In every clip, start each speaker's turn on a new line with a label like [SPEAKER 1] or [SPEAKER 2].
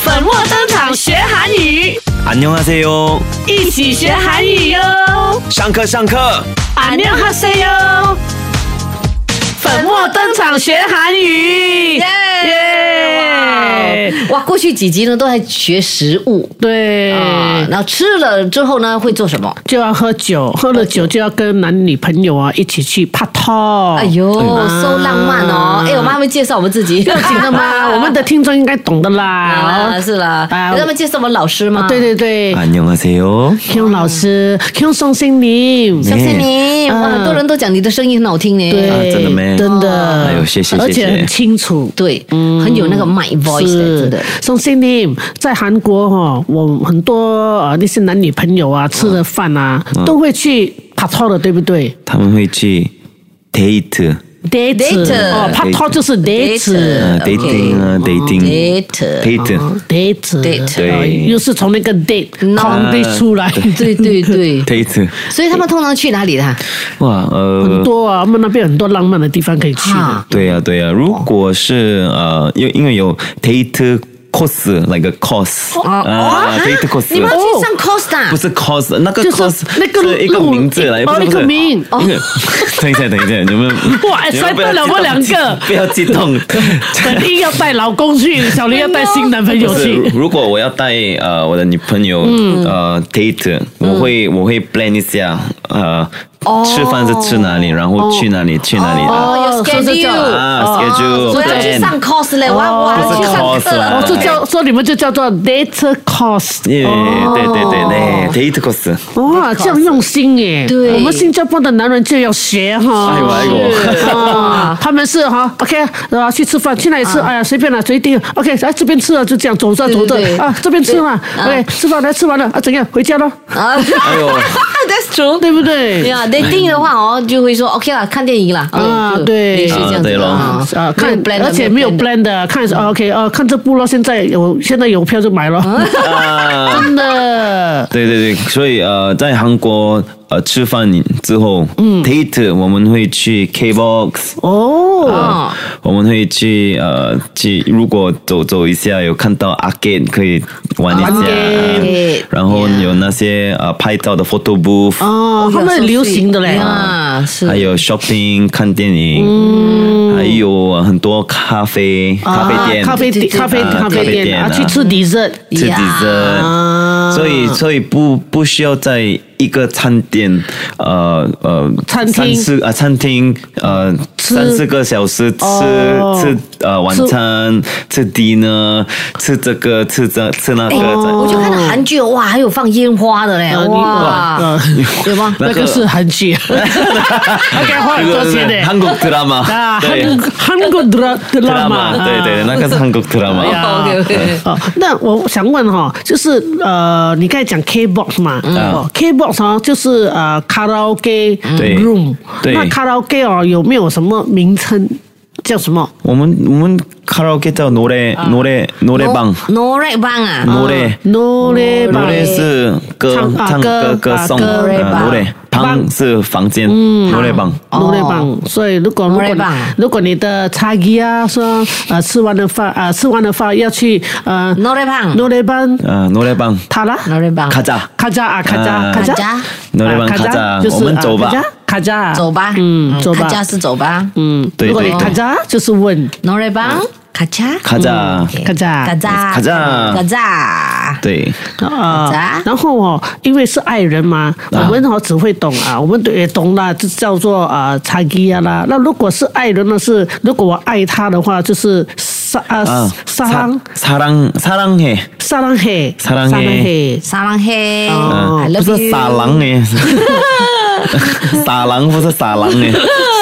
[SPEAKER 1] 粉墨登场学韩语，
[SPEAKER 2] 안녕하세요，
[SPEAKER 1] 一起学韩语哟！
[SPEAKER 2] 上课上课。
[SPEAKER 1] 안녕하세요！粉墨登场学韩 语，耶！
[SPEAKER 3] 哇，过去几集呢都在学食物
[SPEAKER 1] 对，
[SPEAKER 3] 啊，然后吃了之后呢会做什么？
[SPEAKER 1] 就要喝酒，喝了酒就要跟男女朋友啊一起去拍拖。
[SPEAKER 3] 哎呦，so 浪漫哦！哎，我妈会介绍我们自己，
[SPEAKER 1] 不要紧的 嘛，我们的听众应该懂的啦
[SPEAKER 3] 啊。是啦，
[SPEAKER 1] 啊
[SPEAKER 3] 他们介绍我们老师吗？
[SPEAKER 1] 对对对
[SPEAKER 2] 안녕하세요，
[SPEAKER 1] ，Q 老师，Q 宋心凌。
[SPEAKER 3] 相信你，哇，很多人都讲你的声音很好听呢。
[SPEAKER 1] 对，
[SPEAKER 2] 啊真的咩
[SPEAKER 1] 真的，
[SPEAKER 2] 哎呦谢谢
[SPEAKER 1] 而且
[SPEAKER 2] 谢谢
[SPEAKER 1] 很清楚。
[SPEAKER 3] 对，嗯很有那个 my voice 的，真
[SPEAKER 1] 嗯是
[SPEAKER 3] 的。
[SPEAKER 1] 宋心凌在韩国哈、哦，我很多呃那些男女朋友啊，吃了饭啊，
[SPEAKER 3] 嗯
[SPEAKER 1] 都会去拍拖的，对不对
[SPEAKER 2] 他们会去 date
[SPEAKER 1] ？date
[SPEAKER 3] Date
[SPEAKER 1] 哦，拍拖就是 date。哦
[SPEAKER 2] 啊 dating 啊 dating
[SPEAKER 3] date，
[SPEAKER 1] 어.
[SPEAKER 2] date
[SPEAKER 1] date
[SPEAKER 3] Date
[SPEAKER 2] 对
[SPEAKER 1] 哦又是从那个 date
[SPEAKER 3] 嗯
[SPEAKER 1] date 出来，
[SPEAKER 3] 对对对，
[SPEAKER 2] date，
[SPEAKER 3] 所以他们通常去哪里的？
[SPEAKER 2] 哇
[SPEAKER 1] 很
[SPEAKER 2] 呃。
[SPEAKER 1] 多啊，我们那边很多浪漫的地方可以去的。
[SPEAKER 3] 哈，
[SPEAKER 2] 对呀、对呀、如果是 아, 呃，因为因为有 date course 那个 course 아,
[SPEAKER 3] 哦 아,
[SPEAKER 2] 啊，date
[SPEAKER 3] 你们
[SPEAKER 2] course
[SPEAKER 3] 要去上 course 的啊？
[SPEAKER 2] 不是 어? course 那个
[SPEAKER 1] 就是
[SPEAKER 2] course 그
[SPEAKER 1] 那个
[SPEAKER 2] 是一个
[SPEAKER 1] 路
[SPEAKER 2] 名字来，
[SPEAKER 1] 哦
[SPEAKER 2] 不
[SPEAKER 1] 一
[SPEAKER 2] 是不
[SPEAKER 1] 个
[SPEAKER 2] 是
[SPEAKER 1] 名
[SPEAKER 2] 哦。因为等一下等一下，有没有？
[SPEAKER 1] 哇哎
[SPEAKER 2] 你们
[SPEAKER 1] 摔
[SPEAKER 2] 不要
[SPEAKER 1] 断了
[SPEAKER 2] 激
[SPEAKER 1] 我
[SPEAKER 2] 动
[SPEAKER 1] 两个
[SPEAKER 2] 不要激动。
[SPEAKER 1] 肯定要带老公去，小林要带新男朋友
[SPEAKER 2] 不是，
[SPEAKER 1] 去。
[SPEAKER 2] 如果我要带呃我的女朋友
[SPEAKER 3] 嗯
[SPEAKER 2] 呃 date，我会我会 plan 一下呃吃饭是吃哪里，然后去哪里去哪里啊
[SPEAKER 3] 哦，有
[SPEAKER 1] 哦所以就
[SPEAKER 3] schedule。
[SPEAKER 2] 啊 schedule
[SPEAKER 3] 我哦要去
[SPEAKER 2] plan
[SPEAKER 3] 上 course 嘞，我要我要去上课
[SPEAKER 1] 哦，
[SPEAKER 3] 了
[SPEAKER 2] 不。
[SPEAKER 1] 就叫说你们就叫做 date cost。
[SPEAKER 2] 耶，
[SPEAKER 3] 哦
[SPEAKER 2] 对对对对，date course。
[SPEAKER 1] 哇，这样用心耶！
[SPEAKER 3] 对
[SPEAKER 1] 我们新加坡的男人就要学
[SPEAKER 3] 哦
[SPEAKER 1] 哈。
[SPEAKER 2] 哎呦哎呦
[SPEAKER 1] 是啊，他们是哈，OK，啊，去吃饭，去哪里吃？哎呀，随便了，随地。OK，来这边吃了，就这样走着走着
[SPEAKER 3] 对对对
[SPEAKER 1] 啊，这边吃嘛
[SPEAKER 3] 对
[SPEAKER 1] ，OK，吃饭来吃完了啊，怎样回家咯？
[SPEAKER 3] 啊
[SPEAKER 2] 哎呦，
[SPEAKER 3] ，That's true。
[SPEAKER 1] 对不对？
[SPEAKER 3] 呀，dating 的话哦，就会说 OK 啦，看电影啦。哦
[SPEAKER 1] 啊
[SPEAKER 3] 就
[SPEAKER 1] 对
[SPEAKER 3] 类似这样子
[SPEAKER 2] 啊对咯
[SPEAKER 3] 啊
[SPEAKER 1] 啊，
[SPEAKER 3] 没有
[SPEAKER 1] 看
[SPEAKER 3] plan，的
[SPEAKER 1] 而且没有
[SPEAKER 3] plan 的
[SPEAKER 1] plan 的，看啊 OK，啊，看这部咯，现在有现在有票就买咯，
[SPEAKER 2] 啊
[SPEAKER 1] 真的。
[SPEAKER 2] 对对对，所以呃，在韩国呃吃饭之后，嗯，date 我们会去 K-box，
[SPEAKER 1] 哦，
[SPEAKER 3] 哦
[SPEAKER 2] 我们会去呃去，如果走走一下，有看到 arcade 可以玩一下，呃
[SPEAKER 3] Arcade，
[SPEAKER 2] 然后有那些呃拍照的 photo booth，、
[SPEAKER 1] 哦，他们流行的嘞。
[SPEAKER 3] 啊，是
[SPEAKER 2] 还有 shopping 看电影，还有很多咖啡咖啡
[SPEAKER 1] 嗯
[SPEAKER 2] 店，
[SPEAKER 1] 啊咖啡
[SPEAKER 3] 对对
[SPEAKER 1] 店、
[SPEAKER 3] 对
[SPEAKER 1] 咖啡
[SPEAKER 2] 啊
[SPEAKER 1] 咖啡
[SPEAKER 2] 咖啡
[SPEAKER 1] 店
[SPEAKER 2] 店
[SPEAKER 1] 啊，
[SPEAKER 2] 啊
[SPEAKER 1] 去吃 dessert。
[SPEAKER 2] 吃
[SPEAKER 3] 呀
[SPEAKER 2] dessert，、
[SPEAKER 1] 啊
[SPEAKER 2] 所以所以不不需要在一个餐店，呃呃，
[SPEAKER 1] 餐厅
[SPEAKER 2] 三四啊餐厅 어, 呃
[SPEAKER 1] 吃
[SPEAKER 2] 三四个小时吃、 어,
[SPEAKER 1] 哦
[SPEAKER 2] 吃呃晚餐，吃 dinner，吃这个吃这吃那个，
[SPEAKER 1] 어.
[SPEAKER 3] 我就看到韩剧哦，哇，还有放烟花的嘞，
[SPEAKER 1] 呃你
[SPEAKER 3] 哎哇，
[SPEAKER 1] 呃
[SPEAKER 3] 有吗？
[SPEAKER 1] 那个是韩 剧，他给花很多钱
[SPEAKER 2] 对
[SPEAKER 1] 的。
[SPEAKER 2] 韩国 drama，
[SPEAKER 1] 啊，韩
[SPEAKER 2] 对
[SPEAKER 1] 国韩国 dra drama，
[SPEAKER 2] drama，对 对对，那个是韩国 drama。
[SPEAKER 1] 呀
[SPEAKER 3] OK，OK
[SPEAKER 1] 哦，那我想问哈，就是呃，你刚才讲 K box 嘛，哦，K box 哦，就是呃卡拉 OK
[SPEAKER 2] 对
[SPEAKER 1] room，
[SPEAKER 2] 对
[SPEAKER 1] 那卡拉 OK 哦有没有什么名称？叫什么？
[SPEAKER 2] 我们我们卡拉 OK 叫노래
[SPEAKER 1] 아.
[SPEAKER 2] 노래노래
[SPEAKER 1] 어?
[SPEAKER 2] 방
[SPEAKER 3] 노래방啊，
[SPEAKER 2] 노래
[SPEAKER 1] 노래방
[SPEAKER 2] 노래是歌
[SPEAKER 1] 唱啊
[SPEAKER 2] 唱歌
[SPEAKER 1] 歌
[SPEAKER 2] 歌
[SPEAKER 1] 啊
[SPEAKER 2] 颂，
[SPEAKER 1] 歌
[SPEAKER 2] 呃노래
[SPEAKER 1] 방
[SPEAKER 2] 방是房间，
[SPEAKER 1] 嗯
[SPEAKER 2] 노래방。
[SPEAKER 3] 哦
[SPEAKER 1] 노래방，所以如果如果你
[SPEAKER 3] 노래방
[SPEAKER 1] 如果你的差异啊，说呃吃完了饭啊、呃吃完了饭要去呃
[SPEAKER 3] 노래방
[SPEAKER 1] 노래방
[SPEAKER 2] 呃，노래방
[SPEAKER 1] 塔拉
[SPEAKER 3] 노래방
[SPEAKER 2] 卡扎，
[SPEAKER 1] 卡扎啊卡扎
[SPEAKER 2] 啊
[SPEAKER 1] 卡扎
[SPEAKER 3] 卡扎
[SPEAKER 1] 啊
[SPEAKER 2] 노래방
[SPEAKER 1] 卡
[SPEAKER 2] 卡扎
[SPEAKER 1] 就是
[SPEAKER 2] 我们走吧
[SPEAKER 1] 啊卡扎卡扎
[SPEAKER 3] 走吧，
[SPEAKER 1] 嗯走吧
[SPEAKER 3] 卡恰是走吧，
[SPEAKER 1] 嗯，
[SPEAKER 2] 对
[SPEAKER 1] 如果你
[SPEAKER 2] 对对
[SPEAKER 1] 卡扎就是问
[SPEAKER 3] 노래방卡恰
[SPEAKER 2] 卡扎，
[SPEAKER 3] OK
[SPEAKER 1] 卡扎
[SPEAKER 3] 卡扎
[SPEAKER 2] 卡扎
[SPEAKER 3] 卡扎，
[SPEAKER 2] 对，
[SPEAKER 1] 啊
[SPEAKER 3] 卡扎
[SPEAKER 1] 然后哦，因为是爱人嘛，
[SPEAKER 2] 啊
[SPEAKER 1] 我们哦只会懂啊，我们都也懂啦，就叫做啊差异啊啦。那如果是爱人呢，是如果我爱他的话，就是沙啊
[SPEAKER 2] 啊，
[SPEAKER 1] 沙朗
[SPEAKER 2] 사랑사랑해，
[SPEAKER 1] 沙朗黑
[SPEAKER 2] 사랑해
[SPEAKER 1] 黑
[SPEAKER 3] 사랑해
[SPEAKER 1] 哦
[SPEAKER 3] I
[SPEAKER 2] 呃不
[SPEAKER 3] love
[SPEAKER 2] 是
[SPEAKER 3] you
[SPEAKER 2] 撒浪 哎，撒浪不是撒浪 哎，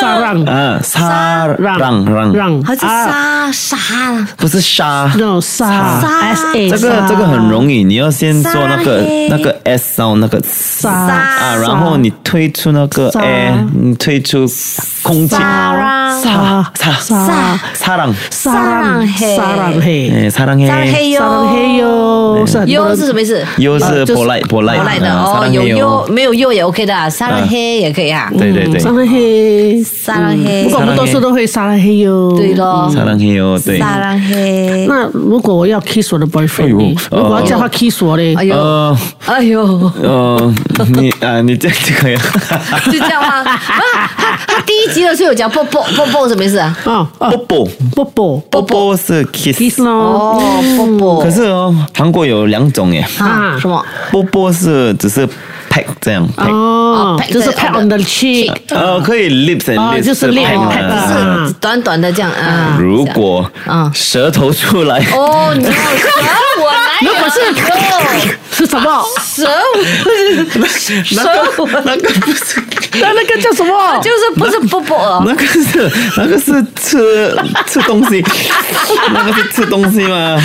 [SPEAKER 1] 沙朗
[SPEAKER 2] 啊，撒
[SPEAKER 1] 让
[SPEAKER 2] 浪让让，
[SPEAKER 1] 让
[SPEAKER 3] 还是
[SPEAKER 1] 啊
[SPEAKER 3] 沙沙
[SPEAKER 2] 不是沙。
[SPEAKER 1] ，no 沙
[SPEAKER 3] 沙
[SPEAKER 1] S A
[SPEAKER 2] 这个这个很容易，你要先做那个
[SPEAKER 3] 撒浪嘿
[SPEAKER 2] 那个 S 然后那个撒
[SPEAKER 1] 沙
[SPEAKER 2] 啊，然后你推出那个
[SPEAKER 1] 撒
[SPEAKER 2] A，你推出空气，
[SPEAKER 3] 撒浪
[SPEAKER 2] 撒撒
[SPEAKER 1] 撒
[SPEAKER 2] 撒浪，
[SPEAKER 1] 沙朗
[SPEAKER 3] 사랑해
[SPEAKER 1] 沙朗黑
[SPEAKER 2] 哎，撒浪
[SPEAKER 3] 撒浪
[SPEAKER 2] 嘿。
[SPEAKER 3] 嘿
[SPEAKER 1] 沙朗黑
[SPEAKER 3] 哟，
[SPEAKER 1] 哟，是很多
[SPEAKER 3] 哟
[SPEAKER 1] 人
[SPEAKER 3] 是什么意思？
[SPEAKER 2] 又
[SPEAKER 1] 呃
[SPEAKER 2] 是
[SPEAKER 1] 就是
[SPEAKER 2] 舶来舶来
[SPEAKER 3] 我来的
[SPEAKER 2] 嗯撒
[SPEAKER 3] 哦，
[SPEAKER 2] 浪
[SPEAKER 3] 有
[SPEAKER 2] 嘿
[SPEAKER 3] 哟没有哟也 OK 的，沙拉
[SPEAKER 2] 嗯 네,
[SPEAKER 3] 黑也可以啊。
[SPEAKER 2] 对对
[SPEAKER 1] 嗯
[SPEAKER 2] 对
[SPEAKER 1] 沙，朗黑
[SPEAKER 3] 撒浪嘿
[SPEAKER 1] 不，过我们多数都会撒浪嘿哟。
[SPEAKER 3] 对咯，
[SPEAKER 2] 撒浪嘿哟，对，
[SPEAKER 3] 撒浪嘿，
[SPEAKER 1] 那如果我要 kiss 我的 boyfriend，呢、
[SPEAKER 2] 哎呦
[SPEAKER 1] 如果要叫他 kiss 我嘞，
[SPEAKER 3] 哎呦，
[SPEAKER 2] 呃
[SPEAKER 3] 哎呦。
[SPEAKER 2] 呃，你啊，你这样就 可以了。
[SPEAKER 3] 就这样吗？啊，他他第一集的时候有讲啵啵啵啵什么意思啊？
[SPEAKER 1] 啊啊，
[SPEAKER 2] 啵
[SPEAKER 1] 不不
[SPEAKER 2] 啵啵啵是
[SPEAKER 1] kiss
[SPEAKER 2] kiss，
[SPEAKER 1] 咯
[SPEAKER 3] 哦，啵啵
[SPEAKER 2] 可是哦，韩国有两种耶，
[SPEAKER 3] 啊什么？
[SPEAKER 2] 啵啵是只是 pack 这样 pack，
[SPEAKER 1] 哦
[SPEAKER 3] 哦，，pat
[SPEAKER 1] 就是
[SPEAKER 3] on
[SPEAKER 1] pat
[SPEAKER 3] the
[SPEAKER 1] on the cheek，
[SPEAKER 2] 呃，可以 lips and
[SPEAKER 1] 哦
[SPEAKER 2] lips，
[SPEAKER 1] 就是 lip
[SPEAKER 3] 哦
[SPEAKER 2] pack
[SPEAKER 1] 啊
[SPEAKER 2] 嘛
[SPEAKER 1] 是
[SPEAKER 3] 只是短短的这样啊。
[SPEAKER 2] 如果
[SPEAKER 3] 嗯
[SPEAKER 2] 舌头出来，
[SPEAKER 3] 这样 아, 어. 哦，你要蛇我来，
[SPEAKER 1] 如 果是是什么？
[SPEAKER 3] 蛇我，
[SPEAKER 2] 那
[SPEAKER 3] 蛇
[SPEAKER 2] 个
[SPEAKER 3] 我
[SPEAKER 2] 那个不是，
[SPEAKER 1] 那那个叫什么？
[SPEAKER 3] 就是不是啵啵 啊？
[SPEAKER 2] 那个是那个是吃吃东西， 那个是吃东西吗？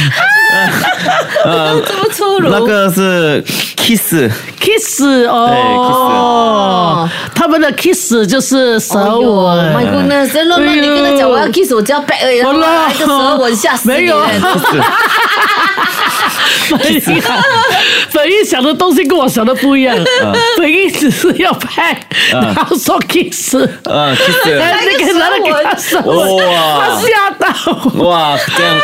[SPEAKER 3] 这么粗鲁？
[SPEAKER 2] 那个是 kiss，
[SPEAKER 1] kiss
[SPEAKER 2] 对
[SPEAKER 1] 哦，他们的 kiss 就是舌吻。
[SPEAKER 3] 哎 My goodness！真乱乱，你跟他讲我要 kiss，我只要 back 而已，然
[SPEAKER 1] 好
[SPEAKER 3] 后
[SPEAKER 1] 啦
[SPEAKER 3] 来一个蛇吻吓死你！
[SPEAKER 1] 没有啊，本意 本意想的东西跟我想的不一样，本意只是要拍，然后说 kiss，
[SPEAKER 2] 呃
[SPEAKER 1] 然后
[SPEAKER 2] ，kiss，
[SPEAKER 1] 那个男的给他舌吻，
[SPEAKER 2] 哇
[SPEAKER 1] 他吓到。
[SPEAKER 2] 哇，这样，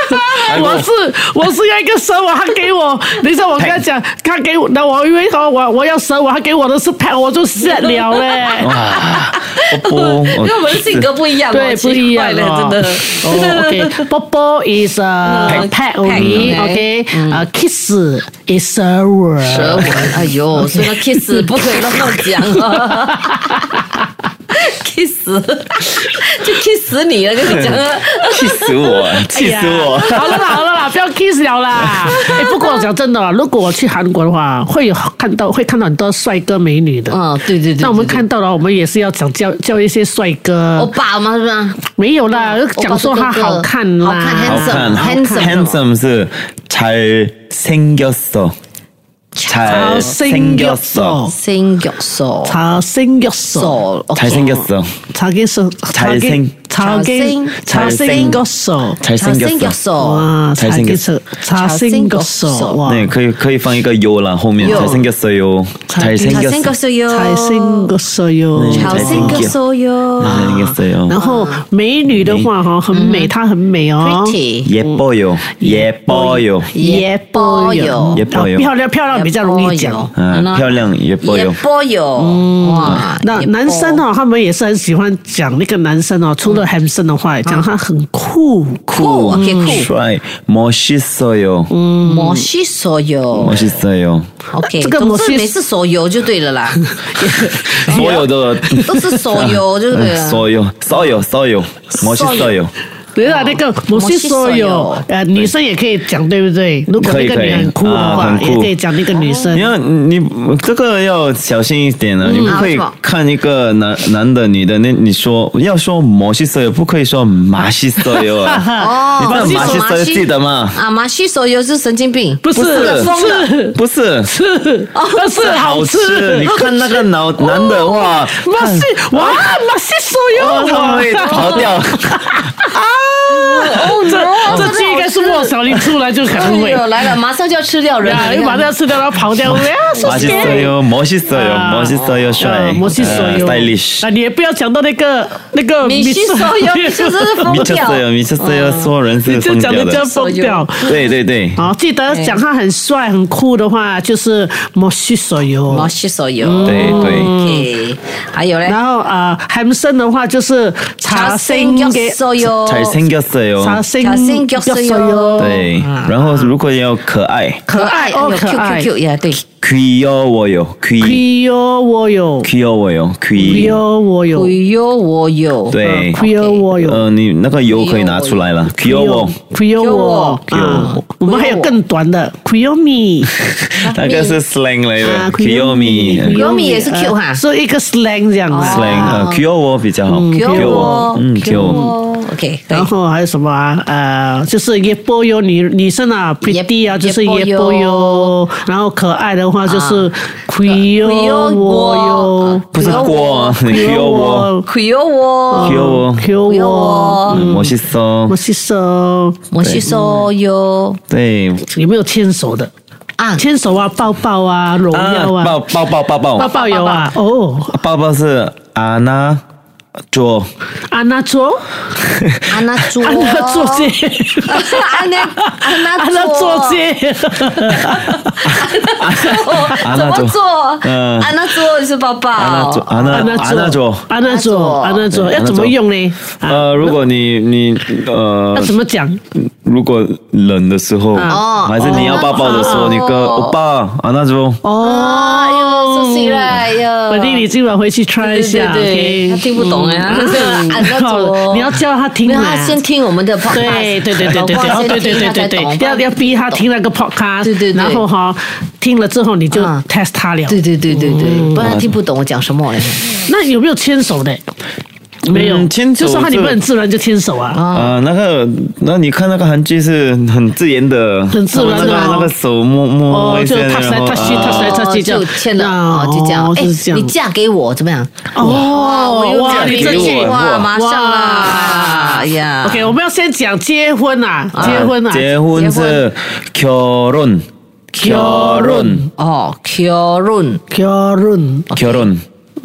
[SPEAKER 2] 韩国
[SPEAKER 1] 我是我是要一个蛇吻，他给我，等一下我跟他讲，他给我，那我因为我我我要蛇吻，他给我的是拍，我就吓了嘞。
[SPEAKER 2] 哇，啵啵，
[SPEAKER 3] 因为我们的性格不一样哦，
[SPEAKER 1] 对，不一样
[SPEAKER 3] 奇怪
[SPEAKER 1] 哦
[SPEAKER 3] 了，真的。
[SPEAKER 1] 哦，OK，波波 is a pet
[SPEAKER 3] 嗯 pet
[SPEAKER 1] only，OK，
[SPEAKER 3] only，
[SPEAKER 1] 呃，kiss is a
[SPEAKER 3] 舌
[SPEAKER 1] word。
[SPEAKER 3] 吻，哎呦，所以说 kiss 不可以乱乱讲啊 ，kiss 就 kiss 你了，跟你讲啊，
[SPEAKER 1] 嗯
[SPEAKER 2] 气死我，气死我！
[SPEAKER 1] 好了啦，好了啦，不要 kiss 了啦。哎，不过我讲真的，如果我去韩国的话，会有看到会看到很多帅哥美女的。
[SPEAKER 3] 嗯，对对对，
[SPEAKER 1] 那我们看到了，我们也是要想叫叫一些帅
[SPEAKER 3] 欧
[SPEAKER 1] 哥，
[SPEAKER 3] 巴嘛，是不是啊？
[SPEAKER 1] 没有啦，
[SPEAKER 3] 嗯
[SPEAKER 1] 讲说他好看啦，
[SPEAKER 3] 欧巴是哥
[SPEAKER 2] 好
[SPEAKER 3] 哥
[SPEAKER 2] 看
[SPEAKER 3] handsome，
[SPEAKER 2] handsome是잘 생겼어，잘 생겼어，
[SPEAKER 3] 性欲手
[SPEAKER 1] 잘생겼어
[SPEAKER 3] 手
[SPEAKER 2] 잘 생겼어，
[SPEAKER 1] 잘생겼어잘생
[SPEAKER 2] 잘생-
[SPEAKER 1] 잘생잘생겼어
[SPEAKER 2] 잘
[SPEAKER 3] 性欲
[SPEAKER 2] 생겼어。
[SPEAKER 3] 手，
[SPEAKER 1] 哇，
[SPEAKER 2] 才
[SPEAKER 1] 查
[SPEAKER 2] 생겼
[SPEAKER 1] 给手，查생겼어哇，
[SPEAKER 2] 네可以可以放一个 U 啦，后面
[SPEAKER 3] 요
[SPEAKER 2] 잘 아. 생겼어요，잘
[SPEAKER 3] 才性欲
[SPEAKER 2] 생겼어，
[SPEAKER 3] 手哟，
[SPEAKER 1] 才생겼어요。
[SPEAKER 3] 才性欲手哟
[SPEAKER 2] 잘 생겼어요，
[SPEAKER 1] 然后美女的话哈，很美，她很美哦。
[SPEAKER 3] ，pretty，
[SPEAKER 2] 예뻐요， 예뻐요，
[SPEAKER 1] 也波有，
[SPEAKER 2] 也波
[SPEAKER 1] 啊
[SPEAKER 2] 有
[SPEAKER 1] 漂亮漂亮比较容易讲。
[SPEAKER 2] 嗯，漂亮
[SPEAKER 3] 也
[SPEAKER 2] 아, 예뻐요， 음.
[SPEAKER 3] 波有，哇，
[SPEAKER 1] 那
[SPEAKER 3] 也波
[SPEAKER 1] 男生哦，他们也是很喜欢讲那个男生哦，除了 handsome 的话，讲他很酷。
[SPEAKER 3] 酷，OK
[SPEAKER 2] 아, 음,
[SPEAKER 3] 酷，
[SPEAKER 2] 帅，멋있어요，
[SPEAKER 3] 摩西手哟。
[SPEAKER 2] 음. 멋있어요，
[SPEAKER 3] OK，
[SPEAKER 1] 这个
[SPEAKER 3] 总
[SPEAKER 1] 某
[SPEAKER 3] 之
[SPEAKER 1] 些
[SPEAKER 3] 每次手游就对了啦，
[SPEAKER 2] 所有的
[SPEAKER 3] 都是手游就对了。
[SPEAKER 2] 所有所有所有，멋있어요，
[SPEAKER 1] 对啊，那个某些说有
[SPEAKER 3] 某些说有，
[SPEAKER 1] 呃，女生也可以讲，对不对？如果那个
[SPEAKER 2] 可以可以
[SPEAKER 1] 女人很酷的
[SPEAKER 2] 啊
[SPEAKER 1] 话，
[SPEAKER 2] 很酷
[SPEAKER 1] 也可以讲那个女生
[SPEAKER 2] 你。要你这个要小心一点了，你不可以
[SPEAKER 3] 好
[SPEAKER 2] 看一个男男的女的，那你说要说摩西色友，不可以说马西色 友啊。你知
[SPEAKER 3] 哦
[SPEAKER 2] 道马西色友记得吗？
[SPEAKER 3] 啊，马戏手游是神经病，
[SPEAKER 1] 不是
[SPEAKER 3] 的疯了。
[SPEAKER 1] 是
[SPEAKER 2] 不是，
[SPEAKER 1] 是，那是好
[SPEAKER 2] 好吃。
[SPEAKER 1] 吃
[SPEAKER 2] 你。看那个老男的哇，
[SPEAKER 1] 马戏哇，马戏
[SPEAKER 2] 哦
[SPEAKER 1] 手游
[SPEAKER 2] 他
[SPEAKER 1] 哇，
[SPEAKER 2] 会逃掉。 어,
[SPEAKER 3] 哦，no，
[SPEAKER 1] 这句应该是莫小林出来就可能
[SPEAKER 3] 哎
[SPEAKER 1] 会
[SPEAKER 3] 呦，。来了，马上就要吃掉人
[SPEAKER 1] 呀，
[SPEAKER 3] 了。
[SPEAKER 1] 又把那个吃掉，然后跑掉，哎呀，说
[SPEAKER 2] 马西色
[SPEAKER 1] 谁？
[SPEAKER 2] 友，摩西色友，摩西色友帅，呃
[SPEAKER 1] 摩西手游。
[SPEAKER 2] 아, ，stylish
[SPEAKER 1] 啊，。你也不要讲到那个那个
[SPEAKER 3] 米西手 游，米西手游疯
[SPEAKER 2] 米切
[SPEAKER 3] 掉
[SPEAKER 2] 色。友，米切色友，所有人是
[SPEAKER 1] 你就
[SPEAKER 2] 疯
[SPEAKER 1] 讲
[SPEAKER 2] 掉
[SPEAKER 1] 人家
[SPEAKER 2] 的。
[SPEAKER 1] 疯掉。
[SPEAKER 2] 对对对，
[SPEAKER 1] 好，记得讲他很帅很酷的话，就是摩西手游。
[SPEAKER 3] 马戏手游，
[SPEAKER 2] 对对
[SPEAKER 3] OK，还有嘞，
[SPEAKER 1] 然后啊，韩森的话就是查
[SPEAKER 3] 星
[SPEAKER 1] 星给
[SPEAKER 3] 手游，
[SPEAKER 2] 잘 생겼어요。 네. 아.
[SPEAKER 1] 查星
[SPEAKER 3] 查星
[SPEAKER 1] 叫
[SPEAKER 3] 叫
[SPEAKER 1] 手
[SPEAKER 3] 手
[SPEAKER 1] 游
[SPEAKER 3] 游。
[SPEAKER 2] 对，然后如果要可爱，
[SPEAKER 3] 可爱
[SPEAKER 1] 哦可爱
[SPEAKER 3] q Q Q 呀，对，
[SPEAKER 2] 그, 귀여워요, 귀
[SPEAKER 1] ，Q 我有
[SPEAKER 2] 귀여워요, 네. 아, 귀
[SPEAKER 1] ，Q 我有
[SPEAKER 3] 我有我有，
[SPEAKER 2] 对，
[SPEAKER 1] ，Q 我呃有。
[SPEAKER 2] 呃，你那个油可以拿出来了，귀여워，
[SPEAKER 1] c r e o l
[SPEAKER 3] Creole
[SPEAKER 1] 啊，我们还有更短的 c r e o m e
[SPEAKER 2] 那个是 slang 来
[SPEAKER 1] 啊
[SPEAKER 2] 的
[SPEAKER 1] ，Creole
[SPEAKER 2] ，Creole，slang，
[SPEAKER 3] Creole 也是 Q 哈哦
[SPEAKER 1] 是一个 slang 这样的。
[SPEAKER 2] 呃，Creole 比较好，Creole，嗯，Creole，
[SPEAKER 3] ，Q，OK，可以
[SPEAKER 1] 然。后还有什么啊？呃，就是也波优女女生啊，pretty 啊，就是也波优，然后可爱的话就是
[SPEAKER 3] 啊
[SPEAKER 1] c r e o l 我
[SPEAKER 3] 아,
[SPEAKER 1] 哟
[SPEAKER 2] 不是锅，Creole，Creole，
[SPEAKER 3] 귀여워. 네.
[SPEAKER 2] Creole
[SPEAKER 1] c r e o l
[SPEAKER 2] 摩西松
[SPEAKER 1] 我，是说
[SPEAKER 3] 멋있어요.
[SPEAKER 2] 对，
[SPEAKER 1] 有没有牵手的？
[SPEAKER 3] 아,
[SPEAKER 1] 牵手啊，抱抱啊，搂
[SPEAKER 2] 啊，
[SPEAKER 1] 腰啊
[SPEAKER 2] 抱，抱抱抱
[SPEAKER 1] 抱
[SPEAKER 2] 抱，
[SPEAKER 1] 抱有啊，哦。
[SPEAKER 2] 抱抱是 a n a 做
[SPEAKER 1] 安娜做，
[SPEAKER 3] 安娜 做，
[SPEAKER 1] 安娜做这，
[SPEAKER 3] 安娜安娜
[SPEAKER 1] 安娜做这，
[SPEAKER 3] 安娜怎么做？
[SPEAKER 2] 嗯
[SPEAKER 3] 安娜做是宝宝，
[SPEAKER 2] 安娜做
[SPEAKER 1] 安
[SPEAKER 2] 安娜
[SPEAKER 1] 娜
[SPEAKER 2] 安娜做
[SPEAKER 1] 做，，安娜做，安娜做，
[SPEAKER 2] 对
[SPEAKER 1] 要怎么用呢？啊，
[SPEAKER 2] 呃，如果你你呃
[SPEAKER 1] 要，怎么讲？
[SPEAKER 2] 如果冷的时候，
[SPEAKER 3] 哦
[SPEAKER 2] 还是你要抱抱的时候，
[SPEAKER 3] 哦
[SPEAKER 2] 你跟
[SPEAKER 3] 哦
[SPEAKER 2] 欧巴安娜做，
[SPEAKER 3] 哎呦，熟悉了，哎呦，
[SPEAKER 1] 本地你今晚回去 try 一下
[SPEAKER 3] 对对对，他
[SPEAKER 1] ，OK。
[SPEAKER 3] 听不懂哎，他是安娜做，
[SPEAKER 1] 你要叫他听
[SPEAKER 3] 没有，
[SPEAKER 1] 啊
[SPEAKER 3] 他先听我们的
[SPEAKER 1] 对
[SPEAKER 3] podcast，
[SPEAKER 1] 对对对对对，哦
[SPEAKER 3] 搞不好
[SPEAKER 1] 对
[SPEAKER 3] 先
[SPEAKER 1] 对对
[SPEAKER 3] 听
[SPEAKER 1] 对
[SPEAKER 3] 他才
[SPEAKER 1] 对
[SPEAKER 3] 懂
[SPEAKER 1] 对，要要逼他听那个 podcast，
[SPEAKER 3] 对对对
[SPEAKER 1] 然后哈，听了之后你就
[SPEAKER 3] 啊
[SPEAKER 1] test 他了。
[SPEAKER 3] 对对对对
[SPEAKER 1] 嗯
[SPEAKER 3] 对，不然他听不懂我讲什么嘞。
[SPEAKER 1] 那有没有牵手的？没有，
[SPEAKER 2] 嗯牵手
[SPEAKER 1] 就是他你
[SPEAKER 2] 这
[SPEAKER 1] 不很自然就牵手啊。
[SPEAKER 2] 啊，那个，那你看那个韩剧是很自然的，
[SPEAKER 1] 很自然的
[SPEAKER 2] 他们那
[SPEAKER 1] 哦
[SPEAKER 2] 个那个手摸摸
[SPEAKER 1] 哦
[SPEAKER 2] 一下，
[SPEAKER 1] 就 touch 来
[SPEAKER 2] 然后
[SPEAKER 1] touch 去
[SPEAKER 2] 啊
[SPEAKER 1] touch 来
[SPEAKER 3] 哦，就签了，哦，就这样。
[SPEAKER 1] 哦就是这样
[SPEAKER 3] 你嫁给我怎么样？
[SPEAKER 1] 哦
[SPEAKER 2] 哇
[SPEAKER 1] 你
[SPEAKER 2] 这
[SPEAKER 1] 真
[SPEAKER 2] 句
[SPEAKER 1] 是
[SPEAKER 2] 话
[SPEAKER 3] 哇，马上啦！
[SPEAKER 1] 哇
[SPEAKER 3] 哎呀
[SPEAKER 1] OK，我们要先讲结婚啊，结婚啊，
[SPEAKER 2] 结婚是 아, 결혼
[SPEAKER 1] 결혼
[SPEAKER 2] 결혼
[SPEAKER 3] 哦，Qrun，
[SPEAKER 1] 结婚。
[SPEAKER 2] 결혼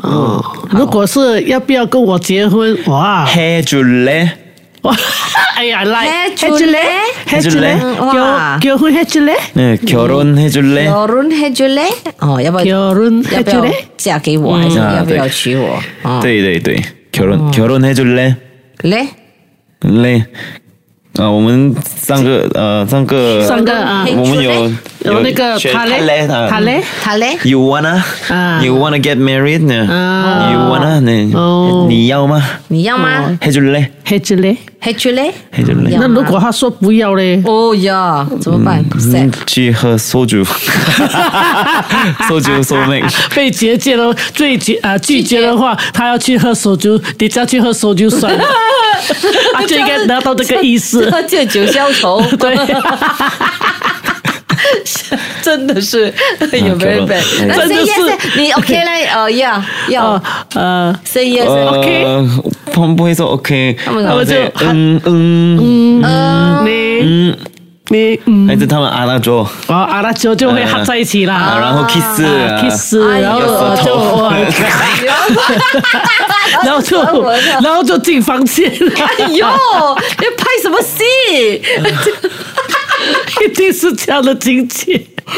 [SPEAKER 1] 어. 如果是要不要跟我结婚？哇，
[SPEAKER 2] 해줄래
[SPEAKER 1] 哇， 哎呀，来，
[SPEAKER 3] 해줄래？
[SPEAKER 1] 해줄래
[SPEAKER 2] 嗯
[SPEAKER 3] 哇
[SPEAKER 1] 결결혼해줄래
[SPEAKER 2] 네 결혼해줄래
[SPEAKER 3] Qrun 해줄래？哦，要不要
[SPEAKER 1] 결혼해
[SPEAKER 3] 要不
[SPEAKER 1] 줄
[SPEAKER 3] 要
[SPEAKER 1] 래？
[SPEAKER 3] 嫁给
[SPEAKER 1] 嗯
[SPEAKER 3] 我，还是
[SPEAKER 2] 啊
[SPEAKER 3] 要不
[SPEAKER 2] 对
[SPEAKER 3] 要娶我？哦，
[SPEAKER 2] 对对对 네,
[SPEAKER 1] 어.
[SPEAKER 2] 결혼 결혼해줄래 네. 아,
[SPEAKER 3] 嘞，
[SPEAKER 2] 嘞啊我们上个呃上个
[SPEAKER 1] 上个啊
[SPEAKER 2] 我们有
[SPEAKER 1] 有那个
[SPEAKER 2] 选
[SPEAKER 1] 他嘞，
[SPEAKER 2] 嘞
[SPEAKER 1] 他嘞，
[SPEAKER 3] 他嘞，
[SPEAKER 2] You wanna?
[SPEAKER 1] 啊。
[SPEAKER 2] You wanna get married? 네.
[SPEAKER 1] 아.
[SPEAKER 2] You wanna? 네.
[SPEAKER 1] 어.
[SPEAKER 2] 你要吗?
[SPEAKER 3] 你要
[SPEAKER 1] 哦
[SPEAKER 3] 吗？
[SPEAKER 2] 해줄래?
[SPEAKER 1] 해줄래？
[SPEAKER 3] 해줄래？
[SPEAKER 2] 해줄래
[SPEAKER 3] 要吗
[SPEAKER 1] 那如果他说不要嘞？
[SPEAKER 3] 哦呀，怎么办？Sad
[SPEAKER 2] 嗯去喝 음, 소주. 소주 소맥.
[SPEAKER 1] 被决绝了，最拒啊拒绝的话，他要去喝手酒，你再去喝手酒 算了，他就应该拿到这个意思。
[SPEAKER 3] 借酒消愁，
[SPEAKER 1] 对，
[SPEAKER 3] 真的是有没有
[SPEAKER 2] 真的
[SPEAKER 3] 被？
[SPEAKER 2] 是
[SPEAKER 3] 那 say yes，你 OK 嘞？呃，要要
[SPEAKER 1] 呃呃，
[SPEAKER 3] say yes，
[SPEAKER 2] 어, 펌프에서 오케이.
[SPEAKER 3] 한번
[SPEAKER 2] 아,
[SPEAKER 1] 가보죠.
[SPEAKER 2] 네. 응, 응.
[SPEAKER 1] 呃你你嗯，
[SPEAKER 2] 하여튼 다만 안아줘.
[SPEAKER 1] 哦，阿拉就就会合在一起啦，
[SPEAKER 2] 아, 然后 kiss.
[SPEAKER 1] k i s s
[SPEAKER 3] 哎呦
[SPEAKER 1] 然后呃就哇，
[SPEAKER 2] 哎
[SPEAKER 1] 然后就 然后就进房间了，
[SPEAKER 3] 哎呦，你拍什么戏？
[SPEAKER 1] 一定是这样的情节。
[SPEAKER 2] 아,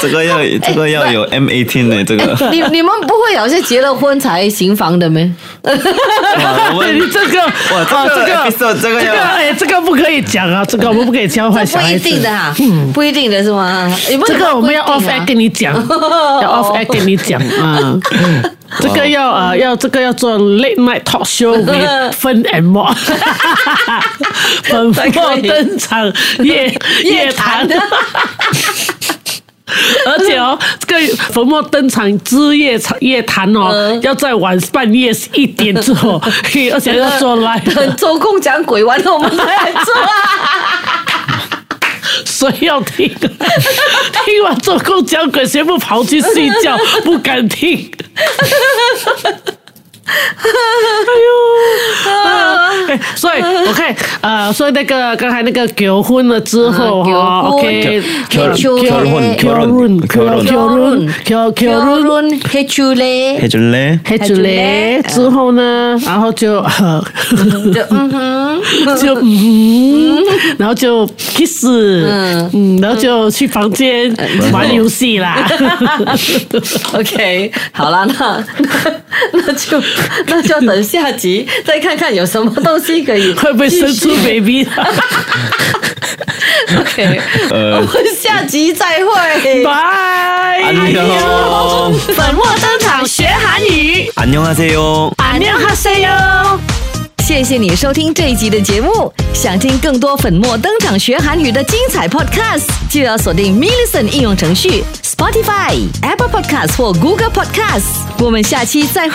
[SPEAKER 2] 这个要-这个要有 M18 呢，这个。
[SPEAKER 3] 你你们不会好像结了婚才行房的咩？
[SPEAKER 1] 对
[SPEAKER 2] 哇，我们-
[SPEAKER 1] 哎你这个
[SPEAKER 2] 哇这个
[SPEAKER 1] 啊
[SPEAKER 2] episode，这个
[SPEAKER 1] 这
[SPEAKER 2] 要
[SPEAKER 1] 个哎，这个不可以讲啊，这个我们不可以交换
[SPEAKER 3] 这
[SPEAKER 1] 小
[SPEAKER 3] 不
[SPEAKER 1] 孩
[SPEAKER 3] 一
[SPEAKER 1] 子
[SPEAKER 3] 定的哈，不一定的是吗？有没有
[SPEAKER 1] 这个我们要
[SPEAKER 3] 规
[SPEAKER 1] off
[SPEAKER 3] 定啊
[SPEAKER 1] air 跟你讲， 要 off air 跟你讲啊。这个要呃要这个要做 late night talk show with 分 and more，粉墨登 场夜夜谈。而且哦，这个粉墨登场之夜场夜谈哦，
[SPEAKER 3] 嗯
[SPEAKER 1] 要在晚半夜一点之后， 嘿而且要做 live，
[SPEAKER 3] 很抽空讲鬼玩，我们来做啊！
[SPEAKER 1] 所以要听。听完做公交鬼，全部跑去睡觉，不敢听。哎所以我看，呃，所以那个刚才那个结婚了之后
[SPEAKER 3] 嗯
[SPEAKER 1] 哈
[SPEAKER 3] 结婚
[SPEAKER 1] ，OK，
[SPEAKER 3] 결- 결혼,
[SPEAKER 2] 결혼,
[SPEAKER 1] 결혼
[SPEAKER 2] 결혼.
[SPEAKER 1] 결혼 결-
[SPEAKER 3] 结
[SPEAKER 1] 결혼
[SPEAKER 3] 婚结出嘞，
[SPEAKER 2] 해줄래?
[SPEAKER 1] 黑子嘞
[SPEAKER 3] 嗯
[SPEAKER 1] 之后呢，然后就
[SPEAKER 3] 就嗯哼，
[SPEAKER 1] 就嗯，然后就 kiss，
[SPEAKER 3] 嗯
[SPEAKER 1] 嗯，然后就去房间玩游戏啦。
[SPEAKER 3] OK，好啦，那那那就那就等下集再看看有什么东西可以
[SPEAKER 1] 会不会生出 baby？
[SPEAKER 3] OK，我们下集再会。
[SPEAKER 1] 拜，
[SPEAKER 2] 안녕.
[SPEAKER 3] 本末登场学韩语，
[SPEAKER 2] 안녕하세요.
[SPEAKER 3] 哎
[SPEAKER 1] 안녕하세요。
[SPEAKER 3] 谢谢你收听这一集的节目。想听更多粉墨登场学韩语的精彩 Podcast，就要锁定 m i l l i c e n 应用程序、Spotify、Apple Podcast 或 Google Podcast。我们下期再会。